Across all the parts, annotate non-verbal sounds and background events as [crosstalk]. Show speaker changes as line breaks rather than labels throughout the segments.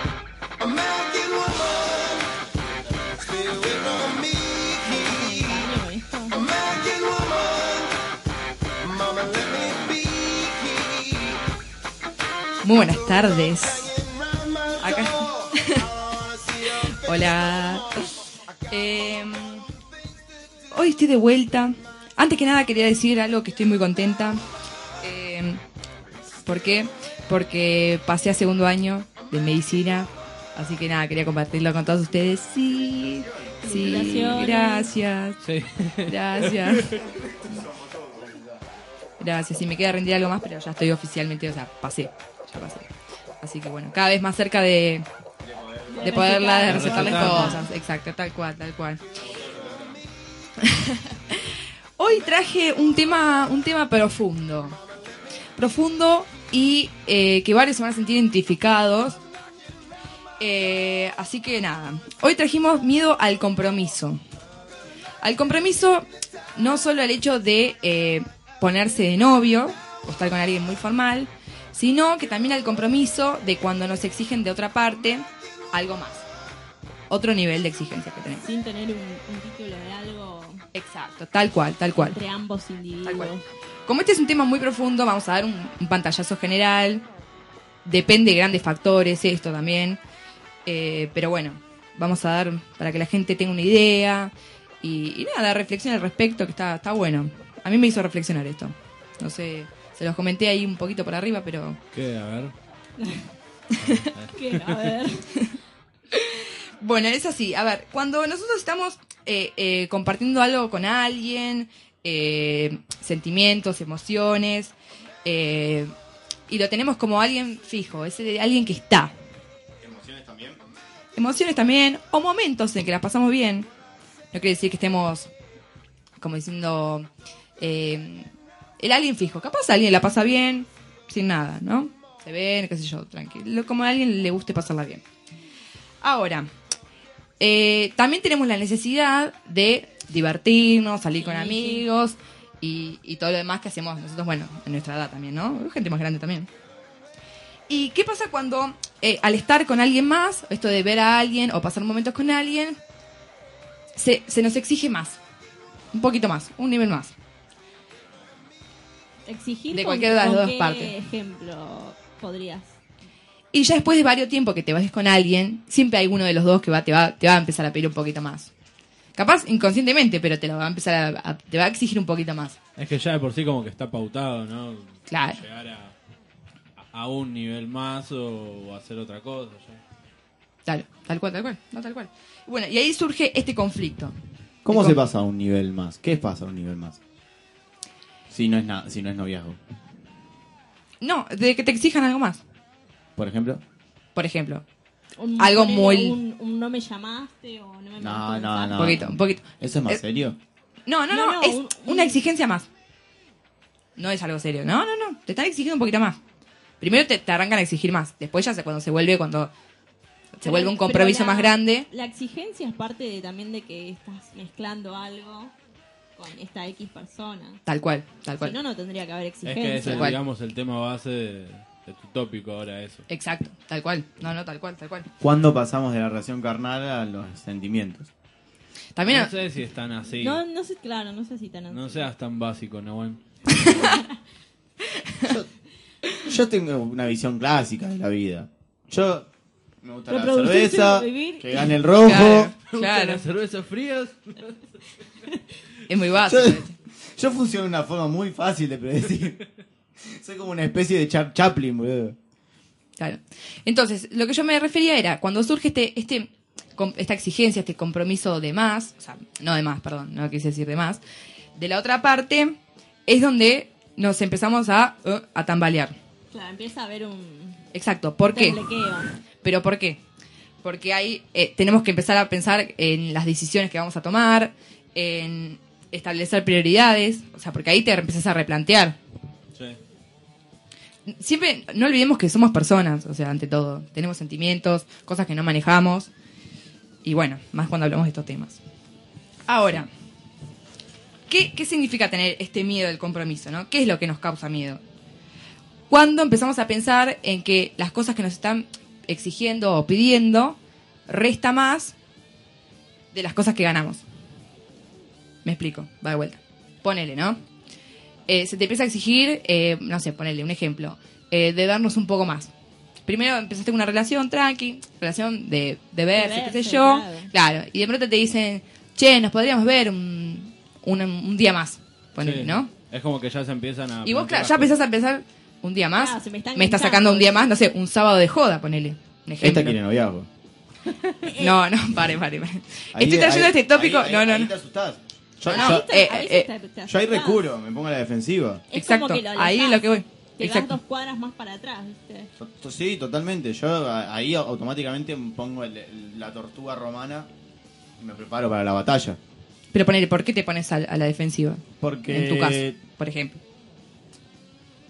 American woman, still waiting on me. American woman, mama let me be.
Muy buenas tardes.
Round my
Acá.
wanna see her
Hola. Eh, hoy estoy de vuelta. Antes que nada quería decir algo que estoy muy contenta. Eh, ¿Por qué? Porque pasé a segundo año de medicina. Así que nada, quería compartirlo con todos ustedes. Sí, sí, gracias.
Sí.
Gracias. Gracias. Si me queda rendir algo más, pero ya estoy oficialmente, o sea, pasé. Ya pasé. Así que bueno, cada vez más cerca de, de poderla de recetar las
recetarla.
cosas. Exacto, tal cual, tal cual. Hoy traje un tema, un tema profundo. Profundo y eh, que varios se van a sentir identificados. Eh, así que nada, hoy trajimos miedo al compromiso. Al compromiso, no solo el hecho de eh, ponerse de novio o estar con alguien muy formal, sino que también al compromiso de cuando nos exigen de otra parte algo más. Otro nivel de exigencia que tenemos.
Sin tener un, un título de algo
Exacto, tal cual, tal cual.
entre ambos
Tal cual.
individuos.
Como este es un tema muy profundo, vamos a dar un, un pantallazo general. Depende de grandes factores, esto también. Eh, pero bueno, vamos a dar para que la gente tenga una idea y, y nada, reflexión al respecto, que está, está bueno. A mí me hizo reflexionar esto. No sé, se los comenté ahí un poquito por arriba, pero
¿Qué? A ver.
Que, a ver,
[laughs] Bueno, es así. A ver, cuando nosotros estamos eh, eh, compartiendo algo con alguien, eh, sentimientos, emociones, eh, y lo tenemos como alguien fijo, es de alguien que está. ¿Emociones también? Emociones también, o momentos en que las pasamos bien. No quiere decir que estemos, como diciendo, eh, el alguien fijo. Capaz alguien la pasa bien, sin nada, ¿no? Se ven, qué sé yo, tranquilo. Como a alguien le guste pasarla bien. Ahora, eh, también tenemos la necesidad de divertirnos, salir con
Sí, sí.
amigos y, y todo lo demás que hacemos nosotros, bueno, en nuestra edad también, ¿no? Gente más grande también. ¿Y qué pasa cuando eh, al estar con alguien más, esto de ver a alguien o pasar momentos con alguien, se, se nos exige más? Un poquito más, un nivel más.
exigir
De
con-
cualquiera de las
con
dos
qué
partes.
ejemplo podrías?
Y ya después de varios tiempo que te vas con alguien, siempre hay uno de los dos que va, te, va, te va a empezar a pedir un poquito más. Capaz inconscientemente, pero te lo va a empezar a, a- te va a exigir un poquito más.
Es que ya de por sí como que está pautado, ¿no?
Claro.
Llegar a, a un nivel más o, o hacer otra cosa. ya.
Tal, tal cual, tal cual, no tal cual. Bueno, y ahí surge este conflicto.
¿Cómo
El
se
con-
pasa a un nivel más? ¿Qué es pasar a un nivel más? Si no es nada, si no es noviazgo.
No, de que te exijan algo más.
Por ejemplo.
Por ejemplo,
Un-
Algo
ponele
muy-
Un, un no me llamaste o no me
No,
mandaste
no,
un
mensaje.
no.
poquito, un poquito.
¿Eso es más
Eh,
serio?
No, no, no,
No, no,
es
un-
una exigencia más. No es algo serio. No, no, no. Te están exigiendo un poquito más. Primero te, te arrancan a exigir más. Después ya se, cuando se vuelve, cuando se
Pero-
vuelve un
pero
compromiso
la-
más grande.
La exigencia es parte de, también de que estás mezclando algo con esta X persona.
Tal cual, tal cual.
Si no, no tendría que haber
Es que ese
exigencia.
es,
Igual.
digamos, el tema base de, de tu tópico ahora, eso.
Exacto, tal cual. No, no, tal cual, tal cual.
¿Cuándo pasamos de la relación carnal a los sentimientos?
También
no sé si están así.
No, no sé, claro, no sé si tan
No seas tan básico, Nahuel.
Yo tengo una visión clásica de la vida. Yo me gusta la
Reproducirse,
cerveza,
vivir.
que gane el rojo.
[laughs] claro,
¿Te gustan
claro.
las cervezas frías?
es muy básico.
Yo, [laughs] yo funciono de una forma muy fácil de predecir.
[laughs]
Soy como una especie de Charles Chaplin, boludo.
Claro. Entonces, lo que yo me refería era, cuando surge este, este com- esta exigencia, este compromiso de más, o sea, no de más, perdón, no quise decir de más, de la otra parte es donde nos empezamos a, eh, a tambalear.
Claro, empieza a haber un
Exacto, ¿por qué?
temblequeo.
¿Pero por qué? Porque ahí eh, tenemos que empezar a pensar en las decisiones que vamos a tomar, en establecer prioridades, o sea, porque ahí te empiezas a replantear.
Sí.
Siempre, no olvidemos que somos personas, o sea, ante todo, tenemos sentimientos, cosas que no manejamos, y bueno, más cuando hablamos de estos temas. Ahora, ¿qué, qué significa tener este miedo del compromiso? ¿no? ¿Qué es lo que nos causa miedo? Cuando empezamos a pensar en que las cosas que nos están exigiendo o pidiendo resta más de las cosas que ganamos. Me explico, va de vuelta. Ponele, ¿no? Eh, se te empieza a exigir, eh, no sé, ponele un ejemplo, eh, de darnos un poco más. Primero empezaste con una relación tranqui, relación de, de verse,
De
qué sé
verse,
yo. Claro.
claro.
y de pronto te dicen, che, nos podríamos ver un, un- un día más. Ponele,
Sí.
¿no?
Es como que ya se empiezan
Ah,
a.
Y vos
plantear
claro, ya empezás
las
a pensar un día más.
Claro, Ah, se me está
está
enganchando.
sacando un día más, no sé, un sábado de joda, ponele. Un ejemplo.
Esta quiere noviazgo.
Este No, no, pare, pare, pare.
Ahí-
Estoy trayendo
ahí-
este tópico.
ahí-
no, no,
ahí
no.
te asustás. Yo,
No,
yo-
no. eh,
ahí
eh,
se te- te
yo ahí
acercás.
recuro, me pongo a la defensiva.
Es
Exacto,
como que lo
ahí
alejás,
lo que voy.
Te
Exacto.
vas dos cuadras más para atrás, ¿viste?
To- to- Sí, totalmente. Yo a- ahí au- automáticamente pongo el- el- la tortuga romana y me preparo para la batalla.
Pero ponele, ¿por qué te pones a, a la defensiva?
Porque
En tu caso, por ejemplo.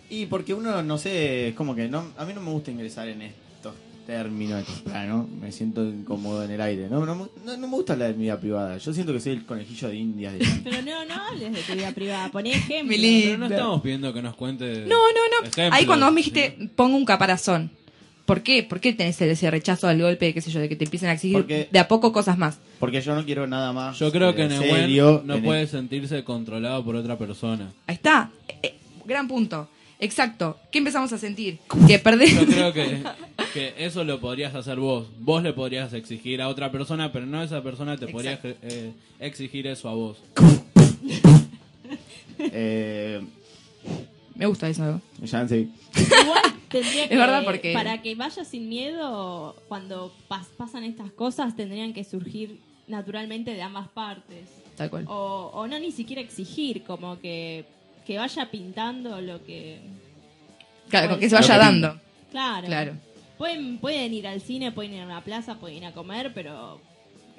Y porque uno, no sé, es como que no, a mí no me gusta ingresar en estos términos, estos planos. Me siento incómodo en el aire. No, no, me- no- no me gusta la de mi vida privada. Yo siento que soy el conejillo de indias. de-
Pero no, no hables de tu vida privada, poné ejemplo.
Mili.
Pero no estamos pidiendo que nos
Eh,
cuente.
No, no, no.
ejemplos,
Ahí cuando vos me
¿sí?
dijiste, pongo un caparazón. ¿Por qué? ¿Por qué tenés ese rechazo al golpe, qué sé yo, de que te empiecen a exigir
Porque-
de a poco cosas más?
Porque yo no quiero nada más.
Yo creo
eh,
que
serio,
Nehuen no
en-
puede sentirse controlado por otra persona.
Ahí está. Eh, eh, gran punto. Exacto. ¿Qué empezamos a sentir? Que perdés.
Yo creo que, que eso lo podrías hacer vos. Vos le podrías exigir a otra persona, pero no esa persona te podría eh, exigir eso a vos.
Eh,
[laughs] Me gusta eso.
ya en sí.
Igual
[laughs]
tendría que,
verdad, porque-
para que vaya sin miedo, cuando pas- pasan estas cosas, tendrían que surgir naturalmente de ambas partes.
Tal cual.
O, o no ni siquiera exigir, como que, que vaya pintando lo que...
Claro, con que se
Lo
vaya
que-
dando.
Claro.
Claro.
Pueden, pueden ir al cine, pueden ir a la plaza, pueden ir a comer, pero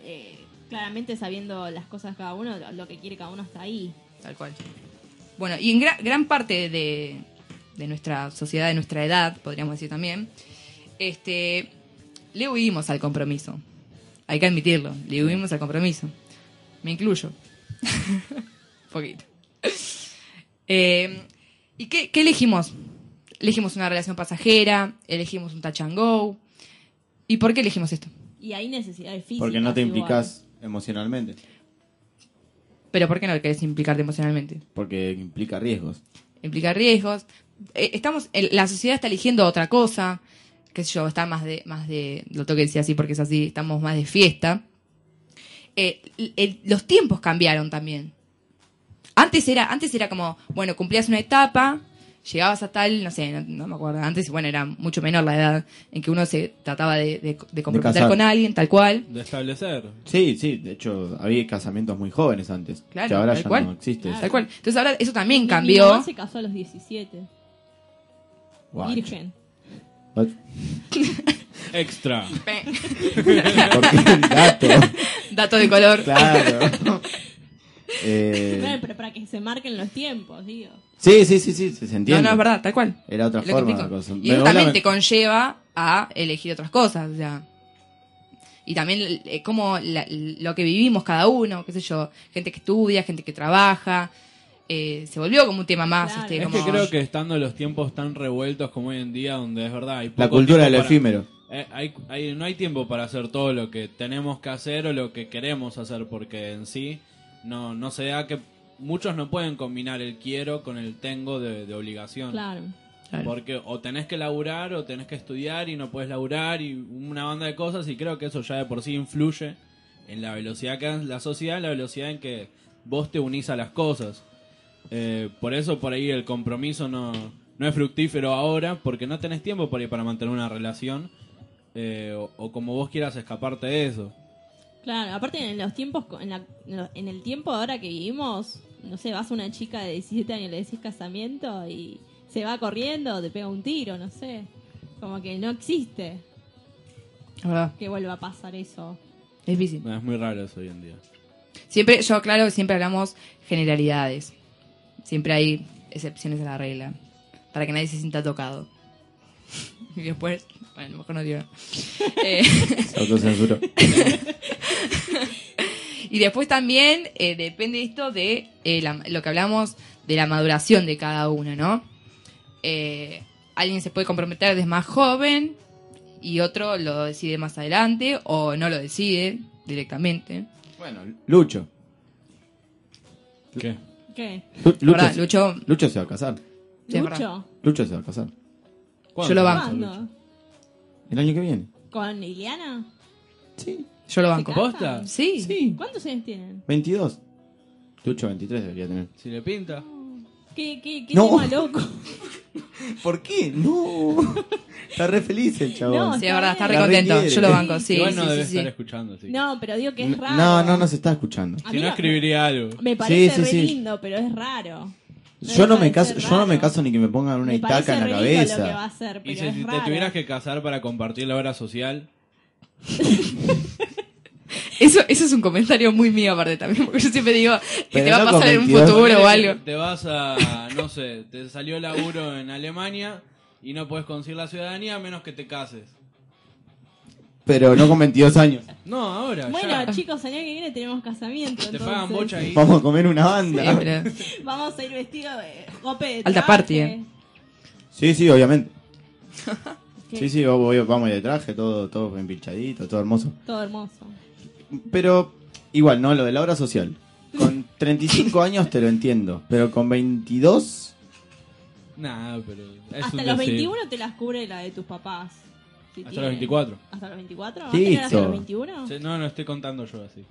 eh, claramente sabiendo las cosas cada uno, lo, lo que quiere cada uno está ahí.
Tal cual. Bueno, y en gra- gran parte de, de nuestra sociedad, de nuestra edad, podríamos decir también, este, le huimos al compromiso. Hay que admitirlo, le huimos al compromiso. Me incluyo. [laughs] Poquito. Eh, ¿Y qué, qué elegimos? Elegimos una relación pasajera, elegimos un touch and go. ¿Y por qué elegimos esto?
Y hay necesidades físicas.
Porque no te
igual.
implicas emocionalmente.
¿Pero por qué no querés implicarte emocionalmente?
Porque implica riesgos.
implica riesgos. Eh, estamos, el- la sociedad está eligiendo otra cosa, qué sé yo, está más de, más de, lo tengo que decir así porque es así, estamos más de fiesta. Eh, el- el- los tiempos cambiaron también. Antes era, antes era como, bueno, cumplías una etapa, llegabas a tal, no sé, no, no me acuerdo, antes, bueno, era mucho menor la edad en que uno se trataba de, de, de comprometer
casar.
con alguien, tal cual.
De establecer.
Sí, sí, de hecho había casamientos muy jóvenes antes.
Claro,
que ahora
tal
ya
cual.
no existe.
Claro.
Tal cual. Entonces ahora eso también
Mi-
cambió.
Mi mamá se casó a los 17.
Guau.
Virgen.
What?
Extra.
¿Por qué
[laughs]
el gato?
[laughs] Dato de color.
Claro. Eh,
Bueno, pero para que se marquen los tiempos, digo.
sí, sí, sí, sí, se
No,
entiende.
no, es verdad, tal cual.
Era otra
Lo que
forma
explico.
de cosa.
Y
Pero
eso
vos la-
también te conlleva a elegir otras cosas, o sea. Y también eh, como la- lo que vivimos cada uno, qué sé yo, gente que estudia, gente que trabaja, eh, se volvió como un tema más.
Claro.
este,
Es que
como-
creo que estando los tiempos tan revueltos como hoy en día, donde es verdad, hay
La
poco
cultura del
tiempo para-
efímero.
Eh, hay- hay- no hay tiempo para hacer todo lo que tenemos que hacer o lo que queremos hacer, porque en sí no, no se da que muchos no pueden combinar el quiero con el tengo de, de obligación.
Claro.
Claro.
Porque o tenés que laburar o tenés que estudiar y no puedes laburar y una banda de cosas y creo que eso ya de por sí influye en la velocidad que en la sociedad, en la velocidad en que vos te unís a las cosas. Eh, por eso por ahí el compromiso no, no es fructífero ahora porque no tenés tiempo por ahí para mantener una relación eh, o, o como vos quieras escaparte de eso.
Claro, aparte en los tiempos, co- en, la- en lo- en el tiempo ahora que vivimos, no sé, vas a una chica de 17 años, le decís casamiento y se va corriendo, te pega un tiro, no sé. Como que no existe
La verdad,
que vuelva a pasar eso.
es difícil.
No, es muy raro eso hoy en día.
Siempre, yo claro, siempre hablamos generalidades. Siempre hay excepciones a la regla. Para que nadie se sienta tocado. [laughs] Y después, bueno, mejor no digo. Eh,
Autocensuro.
[laughs] y después también eh, depende esto de eh, la- lo que hablamos de la maduración de cada uno, ¿no? Eh, alguien se puede comprometer desde más joven y otro lo decide más adelante o no lo decide directamente.
bueno, Lucho.
¿Qué?
¿Qué?
Lu- Lucho,
¿Verdad, Lucho?
Lucho se va a casar.
Sí, es
¿Lucho?
Lucho se va a casar.
Yo lo banco.
¿Cuándo?
El año que viene.
¿Con Liliana?
Sí.
Yo lo
¿Se
banco.
casa?
¿Posta?
Sí.
Sí.
¿Cuántos años tienen?
22. Lucho 23 debería tener.
Si le pinta.
¿Qué, qué, qué
No.
tema loco?
¿Por qué? [laughs] No. Está re feliz el
No,
chabón.
Sí, es verdad, está re
La
contento.
requiere.
Yo lo banco, sí.
Igual
sí,
no
sí,
debe
sí.
estar escuchando, sí.
No, pero digo que es raro.
No, no nos está escuchando.
A
si
mí
no,
no-
escribiría algo.
Me parece
sí,
re
sí.
lindo, pero es raro.
Yo no
deja
me
de
caso,
ser
yo no me
raro.
caso ni que me pongan una
Me parece
estaca en la
re lindo Lo que va a
cabeza.
hacer, pero
Y si
es
si te
raro.
tuvieras que casar para compartir la obra social,
Eso, eso es un comentario muy mío aparte también, porque yo siempre digo que
Pero
te va a
no
pasar en un
22.
futuro o
Ponele que
algo.
Te vas a, no sé, te salió laburo en Alemania y no puedes conseguir la ciudadanía a menos que te cases.
Pero no con 22 años.
No, ahora.
Bueno,
ya.
chicos, el año que viene tenemos casamiento.
Te
entonces
pagan bocha ahí.
Vamos a comer una
Sí,
banda.
pero-
Vamos a ir vestidos de jope de
Alta
traje.
party, eh.
Sí, sí, obviamente.
¿Qué?
Sí, sí, voy- voy- vamos de traje, todo, todo empilchadito, todo hermoso.
Todo hermoso.
Pero igual, ¿no? Lo de la obra social.
[laughs]
Con 35 años te lo entiendo, pero con 22...
Nah, pero. Es
Hasta
un
los
decir.
21 te las cubre la de tus papás. si
Hasta
tienen.
los 24.
¿Hasta los 24? ¿Vas a
Listo.
tener hasta los 21?
Sí, No, no estoy contando yo así.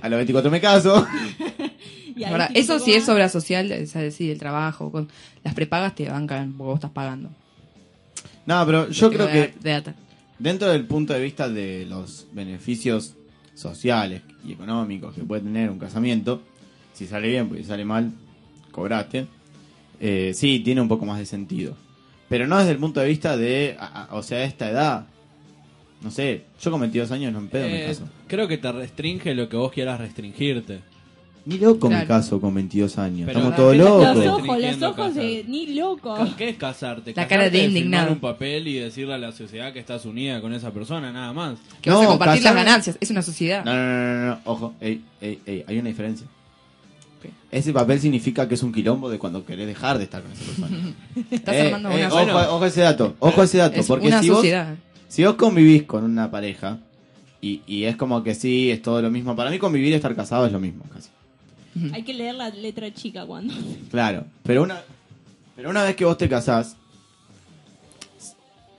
A los 24 me caso. [laughs]
Y ahí
Ahora,
sí que
eso
te
sí es
cobran.
obra social, es decir, el trabajo. Con, las prepagas te bancan porque vos estás pagando.
No, pero yo creo que
De data.
dentro del punto de vista de los beneficios sociales y económicos que puede tener un casamiento, si sale bien, pues si sale mal, cobraste. Eh, sí, tiene un poco más de sentido. Pero no desde el punto de vista de, a- a- o sea, esta edad. No sé, yo con 22 años no me pedo me
Eh,
caso.
creo que te restringe lo que vos quieras restringirte.
Ni loco
claro.
me caso con 22 años.
Pero
Estamos
la-
todos
la-
locos.
Loco.
Los ojos, los
Restringiendo
ojos de
casar.
ni loco.
¿Qué es casarte?
La cara de
Casarte es firmar
indignado.
un papel y decirle a la sociedad que estás unida con esa persona, nada más.
Que vas a
No,
compartir las
casarme-
ganancias, es una sociedad.
No, no, no, no, no, ojo, ey, ey, ey, hay una diferencia. Ese papel significa que es un quilombo de cuando querés dejar de estar con esa persona.
[laughs] Estás
Eh,
armando
eh,
una
ojo,
bueno.
ojo a ese dato, ojo a ese dato,
Es
porque
una
si vos,
sociedad.
si vos convivís con una pareja y, y es como que sí, es todo lo mismo. Para mí convivir y estar casado es lo mismo, casi.
Hay que leer la letra chica cuando.
Claro, pero una, pero una vez que vos te casás,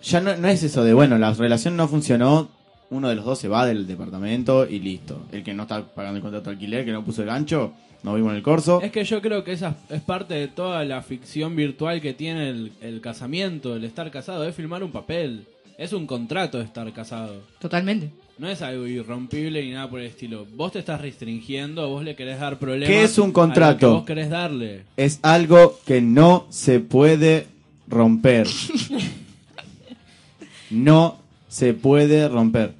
ya no, no es eso de, bueno, la relación no funcionó, uno de los dos se va del departamento y listo. El que no está pagando el contrato de alquiler, que no puso el ancho, nos vimos en el corso.
Es que yo creo que esa es parte de toda la ficción virtual que tiene el, el casamiento, el estar casado, es filmar un papel. Es un contrato estar casado.
Totalmente.
No es algo irrompible ni nada por el estilo. Vos te estás restringiendo, vos le querés dar problemas.
¿Qué es un
a lo
contrato?
que vos querés darle.
Es algo que no se puede romper. no se puede romper.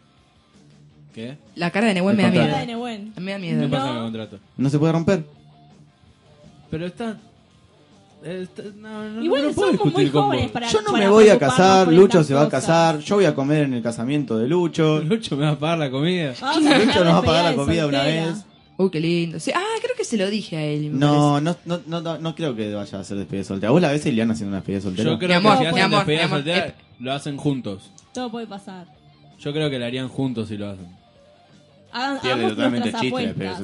¿Qué?
La cara de Nehuen me
El
da
contrato.
miedo.
Cara de Nehuen.
Me da
¿Qué
miedo.
pasa con el
No.
contrato?
No se puede romper.
Pero está. está- no, no,
Igual
no lo
somos
puedo
muy
discutir con
jóvenes
vos.
para
Yo no
para
me voy a
preocuparnos
casar,
por
Lucho
estas
se va a
cosas.
casar, yo voy a comer en el casamiento de Lucho.
Lucho me va a pagar la comida.
Vamos a
Lucho
hacer
nos va a pagar la
despedida
comida
de soltera.
una vez.
Uy, qué lindo. Sí, ah, creo que se lo dije a él. me
No, no, no, no, no, no creo que vaya a hacer despedida de soltera. ¿Vos la ves a Ileana haciendo una despedida de soltera?
Yo creo
amor,
que si
mi
hacen
amor,
despedida
mi amor,
soltera,
ep.
lo hacen juntos.
Todo puede pasar.
Yo creo que lo harían juntos si lo hacen.
Hagan- hagamos nuestras apuestas.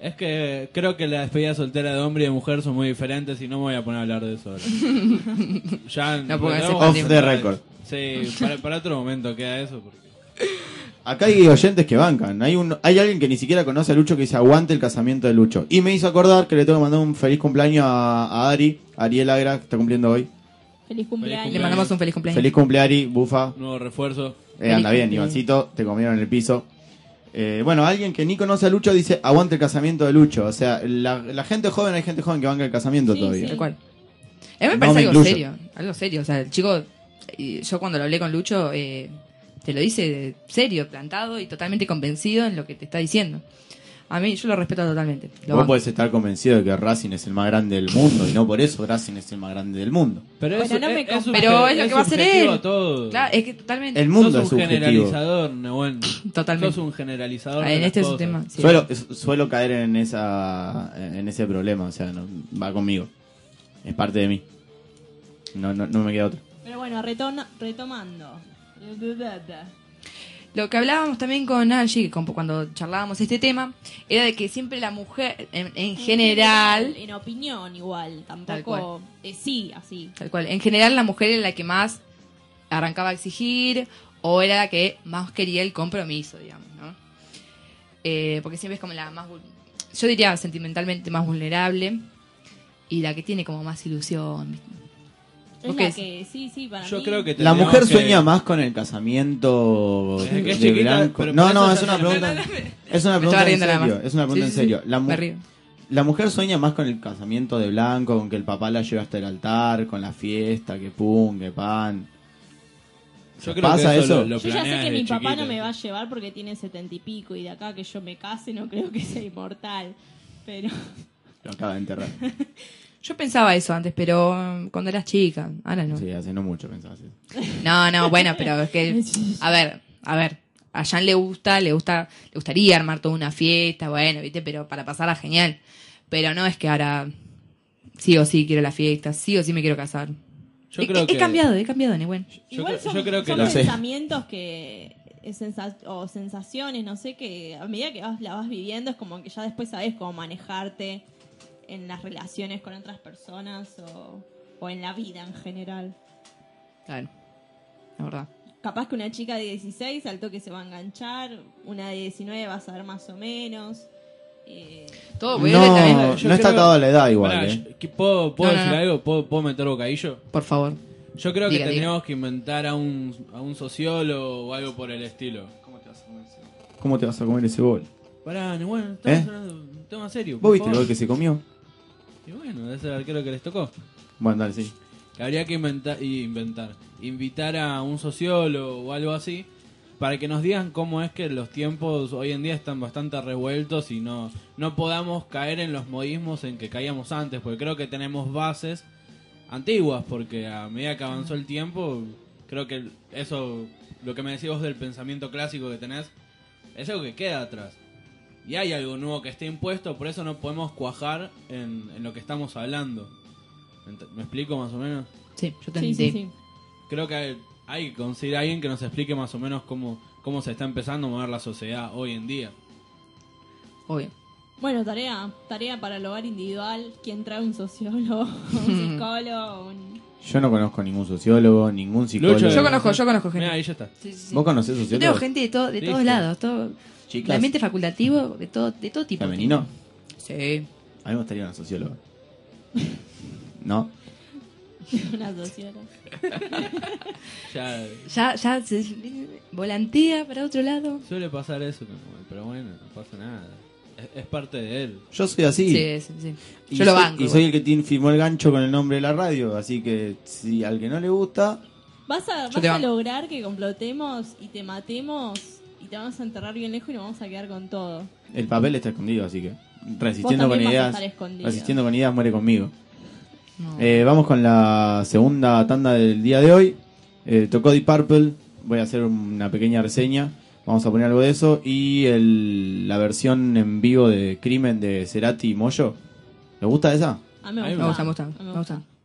Es que creo que la despedida soltera de hombre y de mujer son muy diferentes y no me voy a poner a hablar
[laughs]
de eso ahora. ya
No, porque
tenemos-
hace Off
the record.
Sí, para, para otro momento queda eso. Porque...
Acá hay oyentes que bancan. Hay un, hay alguien que ni siquiera conoce a Lucho que dice aguante el casamiento de Lucho. Y me hizo acordar que le tengo que mandar un feliz cumpleaños a, a Ari. Ariel Agra, que está cumpliendo hoy.
Feliz cumpleaños.
Le mandamos un feliz cumpleaños.
Feliz cumpleaños, Bufa.
Nuevo refuerzo.
Feliz
Eh, anda bien,
cumpleaños.
Ivancito, te comieron el piso. Eh, bueno, alguien que ni conoce a Lucho dice, aguante el casamiento de Lucho. O sea, la, la gente joven, hay gente joven que banca el casamiento
Sí,
todavía.
sí.
Tal cual. A mí me
No
parece
me
algo
incluyo.
serio. Algo serio. O sea, el chico, eh, yo cuando lo hablé con Lucho, eh, te lo dice serio, plantado y totalmente convencido en lo que te está diciendo. A mí, yo lo respeto totalmente. Lo
Vos
banco.
podés estar convencido de que Racing es el más grande del mundo y no por eso Racing es el más grande del mundo.
Pero,
Bueno,
eso-
no me
es,
compro.
subje-
Pero es lo que va a hacer
subjetivo
él.
todo.
Claro, es que totalmente.
El mundo
Sos
es
un
subjetivo.
generalizador, Nehuen.
Totalmente.
Sos un generalizador.
Ah,
de
en
las
este es un
cosas.
tema. sí.
Suelo, su- suelo caer en esa en ese problema, o sea, no- va conmigo. Es parte de mí. No, no, no me queda otra.
Pero bueno, retona- retomando.
Lo que hablábamos también con Angie, con- cuando charlábamos este tema, era de que siempre la mujer, en, en general,
En opinión, igual.
Tal cual.
Tampoco. eh, sí, así.
tal cual, en general la mujer era la que más arrancaba a exigir o era la que más quería el compromiso, digamos, ¿no? Eh, porque siempre es como la más, vul- yo diría sentimentalmente más vulnerable y la que tiene como más ilusión. ¿viste?
Es
Ok.
la que, sí, sí, para
Yo
mí.
creo que
La
tendríamos
mujer
que-
sueña más con el casamiento
Desde que es
de
chiquita,
blanco.
pero
No,
por
no,
eso
es
se
una
hace-
pregunta. Es una
Me estaba
pregunta en
riendo nada
serio.
más.
Es una
Sí,
pregunta
sí,
en
sí,
serio. La, mu-
me río.
la mujer sueña más con el casamiento de blanco, con que el papá la lleve hasta el altar, con la fiesta, que pum, que pan.
Yo creo
¿Pasa
que eso,
eso?
Lo, lo
Yo ya sé
planeas
que mi
desde
papá
chiquito.
no me va a llevar porque tiene setenta y pico y de acá que yo me case no creo que sea inmortal.
[laughs]
Pero
Lo acaba de enterrar.
Yo pensaba eso antes, pero um, cuando eras chica, ahora no.
Sí, hace no mucho pensabas eso.
No, no, bueno, pero es [laughs] que, a ver, a ver, a Jan le gusta, le gusta, le gustaría armar toda una fiesta, bueno, viste, pero para pasarla genial. Pero no es que ahora sí o sí quiero la fiesta, sí o sí me quiero casar.
Yo
he,
creo
he
que-
cambiado, he cambiado, Nehuen.
Yo
igual
creo-
son,
yo creo que
son
la-
pensamientos que es sensa- o sensaciones, no sé, que a medida que vas- la vas viviendo es como que ya después sabes cómo manejarte en las relaciones con otras personas o, o en la vida en general.
Claro, la verdad.
Capaz que una chica de 16 al toque se va a enganchar, una de 19 va a saber más o menos. eh,
Todo voy a darle
No,
también.
Yo
no está
creo-
atado a la edad igual.
Pará,
eh.
yo- que- ¿Puedo, puedo
No, no,
decir
no.
algo? ¿Puedo, puedo meter bocadillo?
Por favor.
Yo creo que
Diga, diga.
tendríamos que inventar a un, a un sociólogo o algo por el estilo.
¿Cómo te vas a comer ese gol?
Pará, bueno, estamos
¿Eh?
hablando de un tema serio.
¿Vos
por
viste el
favor.
gol que se comió?
Y bueno, es el arquero que les tocó.
Bueno, dale, sí.
Que habría que inventar, y inventar, invitar a un sociólogo o algo así para que nos digan cómo es que los tiempos hoy en día están bastante revueltos y no, no podamos caer en los modismos en que caíamos antes, porque creo que tenemos bases antiguas, porque a medida que avanzó el tiempo, creo que eso, lo que me decís vos del pensamiento clásico que tenés, es algo que queda atrás. Y hay algo nuevo que está impuesto, por eso no podemos cuajar en, en lo que estamos hablando. Ent- ¿Me explico más o menos?
Sí, yo te
sí, sí,
entendí.
sí.
Creo que hay, hay que conseguir a alguien que nos explique más o menos cómo, cómo se está empezando a mover la sociedad hoy en día.
Obvio.
Bueno, tarea, tarea para el hogar individual, quien trae un sociólogo, [laughs] un psicólogo, un...
Yo no conozco ningún sociólogo, ningún psicólogo.
Yo conozco, yo conozco gente.
Mira, ahí ya está.
Sí, sí, sí.
¿Vos
Yo
conocés
tengo
sociólogos?
gente de, todo, de todos
Listo.
lados, todo,
Chicas.
de ambiente facultativo, de todo, de todo tipo.
¿Femenino?
Sí.
A mí me gustaría una socióloga. [laughs] ¿No?
una socióloga.
Ya
Ya, ya se volantea para otro lado.
suele pasar eso, pero bueno, no pasa nada. Es, es parte de él.
Yo soy así.
Sí, sí, sí.
Y
Yo lo
soy-
banco.
Y soy el que tiene- firmó el gancho con el nombre de la radio. Así que si al que no le gusta,
Vas a,
Yo
vas
te
a
banco.
lograr que complotemos y te matemos y te vamos a enterrar bien lejos y nos vamos a quedar con todo.
el papel está escondido. Así que resistiendo
Vos
con
también vas a
ideas.
estar escondido.
Resistiendo con ideas muere conmigo.
No.
Eh, vamos con la segunda tanda del día de hoy. Eh, tocó Deep Purple. Voy a hacer una pequeña reseña. Vamos a poner algo de eso. Y el- la versión en vivo de Crimen de Cerati y Moyo. ¿Les gusta esa?
A mí
A
me
mí me
Ah, me gusta, me gusta,
a mí
me gusta.